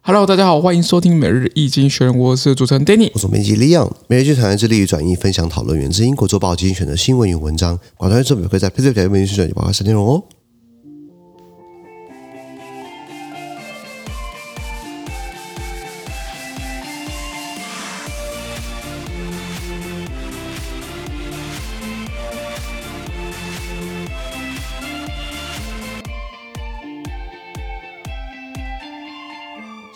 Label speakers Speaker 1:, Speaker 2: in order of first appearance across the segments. Speaker 1: Hello，大家好，欢迎收听每日易经学人，我是主持人 Danny。
Speaker 2: 我总编辑 l e o 每日剧团致力于转译、分享、讨论源自英国《周报》精选的新闻与文章。广团作品会在 Facebook 台面宣传，包括三内容哦。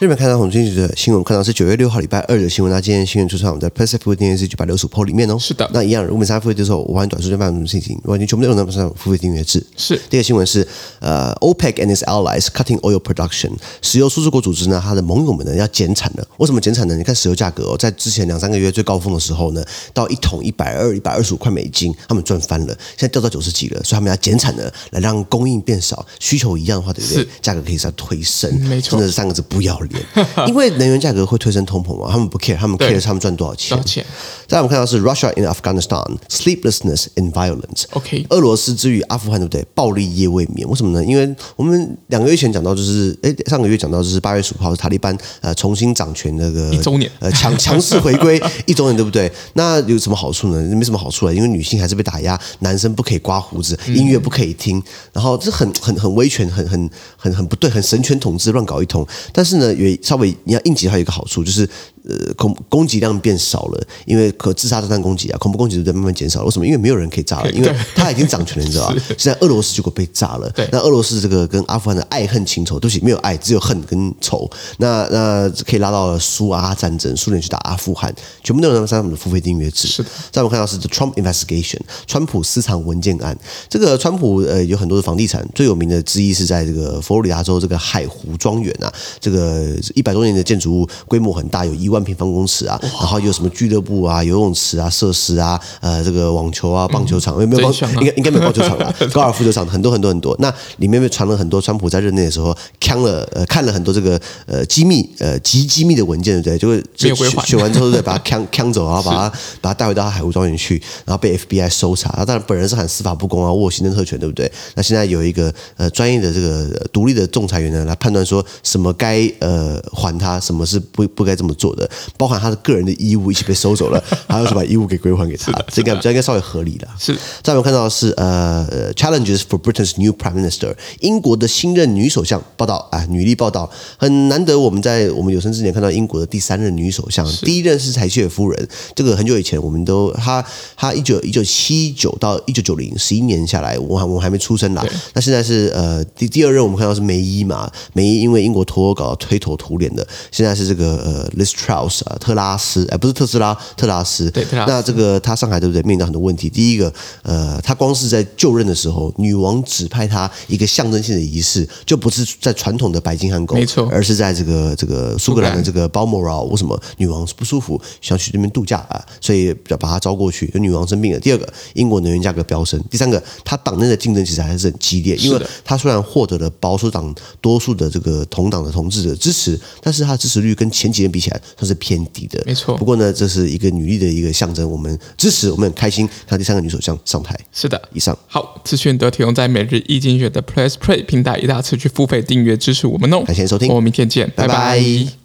Speaker 2: 这边看到很近期的新闻，我们看到是九月六号礼拜二的新闻。那今天新闻出场，我们在 p e r s e p o d 电视九百六十五 PO 里面哦。
Speaker 1: 是的
Speaker 2: 那一样，如果我们在付费的时候，我按短时间办什么事情，完全全部内容都上付费订阅制。
Speaker 1: 是
Speaker 2: 第二个新闻是，呃，OPEC and its allies cutting oil production，石油输出国组织呢，它的盟友们呢要减产了。为什么减产呢？你看石油价格哦，在之前两三个月最高峰的时候呢，到一桶一百二、一百二十五块美金，他们赚翻了，现在掉到九十几了，所以他们要减产了，来让供应变少，需求一样的话，对不对
Speaker 1: 是？
Speaker 2: 价格可以再推升，
Speaker 1: 没错
Speaker 2: 真的是三个字不要脸， 因为能源价格会推升通膨嘛，他们不 care，他们
Speaker 1: 对
Speaker 2: care 是他们赚多少钱
Speaker 1: 道。歉。
Speaker 2: 再来我们看到是 Russia in Afghanistan sleeplessness and violence。
Speaker 1: OK
Speaker 2: 俄罗斯之于阿富汗，对不对？暴力夜未眠，为什么呢？因为我们两个月前讲到，就是哎，上个月讲到就是八月十五号是塔利班呃重新掌权那个一
Speaker 1: 周年
Speaker 2: 呃强强势回归一周年，对不对？那有什么好处呢？没什么好处啊，因为女性还是被打压，男生不可以刮胡子，音乐不可以听，然后这很很很威权，很很很很不对，很神权统治，乱搞一通。但是呢，也稍微你要应急，它有一个好处就是。呃，攻攻击量变少了，因为可自杀炸弹攻击啊，恐怖攻击对不对慢慢减少了。为什么？因为没有人可以炸 了，因为他已经掌权了，你知道吧？现在俄罗斯结果被炸了
Speaker 1: 对，
Speaker 2: 那俄罗斯这个跟阿富汗的爱恨情仇，对不起，没有爱，只有恨跟仇。那那可以拉到苏阿战争，苏联去打阿富汗，全部内容都在我们的付费订阅制。
Speaker 1: 是的
Speaker 2: 再我们看到是 The Trump Investigation，川普私藏文件案。这个川普呃有很多的房地产，最有名的之一是在这个佛罗里达州这个海湖庄园啊，这个一百多年的建筑物，规模很大，有一万平方公尺啊，然后有什么俱乐部啊、游泳池啊、设施啊，呃，这个网球啊、棒球场，有没有
Speaker 1: 真
Speaker 2: 棒？
Speaker 1: 香啊
Speaker 2: 应该应该没有棒球场 啦，高尔夫球场很多很多很多。那里面被传了很多川普在任内的时候，看了呃看了很多这个呃机密呃极机密的文件，对不对？就会
Speaker 1: 没有归还
Speaker 2: 选完之后再把他扛扛走，然后把他把他带回到他海湖庄园去，然后被 FBI 搜查。然后当然本人是喊司法不公啊，我有行政特权，对不对？那现在有一个呃专业的这个呃独立的仲裁员呢，来判断说什么该呃还他，什么是不不该这么做的，包含他的个人的衣物一起被收走了，还有什么把衣物给归还给他，这应该这应该稍微合理了。
Speaker 1: 是
Speaker 2: 再我们看到的是呃呃 challenges for Britain's new prime minister，英国的新任女首相报道啊、女力报道很难得，我们在我们有生之年看到英国的第三任女首相，第一任是柴契尔夫人，这个很久以前我们都她她一九一九七九到一九九零十一年下来，我还我们还没出生啦。那现在是呃第第二任我们看到是梅伊嘛，梅伊因为英国脱欧搞到推头土脸的，现在是这个呃 Liz Truss 啊特拉斯，哎、不是特斯拉特拉斯，
Speaker 1: 对特拉斯
Speaker 2: 那这个他上海对不对？面临到很多问题。第一个，呃，他光是在就任的时候，女王指派他一个象征性的仪式，就不是在传统的白金汉宫，
Speaker 1: 没错
Speaker 2: 而是在这个这个苏格
Speaker 1: 苏格
Speaker 2: 兰
Speaker 1: 兰
Speaker 2: 的这个包莫劳。为什么女王不舒服，想去那边度假啊？所以要把她招过去。就女王生病了。第二个，英国能源价格飙升。第三个，他党内的竞争其实还是很激烈，因
Speaker 1: 是
Speaker 2: 为
Speaker 1: 的
Speaker 2: 他虽然获得了保守党多数的这个同党的同志的支持，但是他的支持率跟前几年比起来算是偏低的。
Speaker 1: 没错
Speaker 2: 不过呢，这是一个女力的一个象征，我们支持，我们很开心看到第三个女首相上台。
Speaker 1: 是的，
Speaker 2: 以上，
Speaker 1: 好，资讯都提供在每日易经学的 Plus Play 平台，一大持续付费订阅支持我们哦。
Speaker 2: 感谢收听
Speaker 1: 我们明天见，拜
Speaker 2: 拜
Speaker 1: 拜
Speaker 2: 拜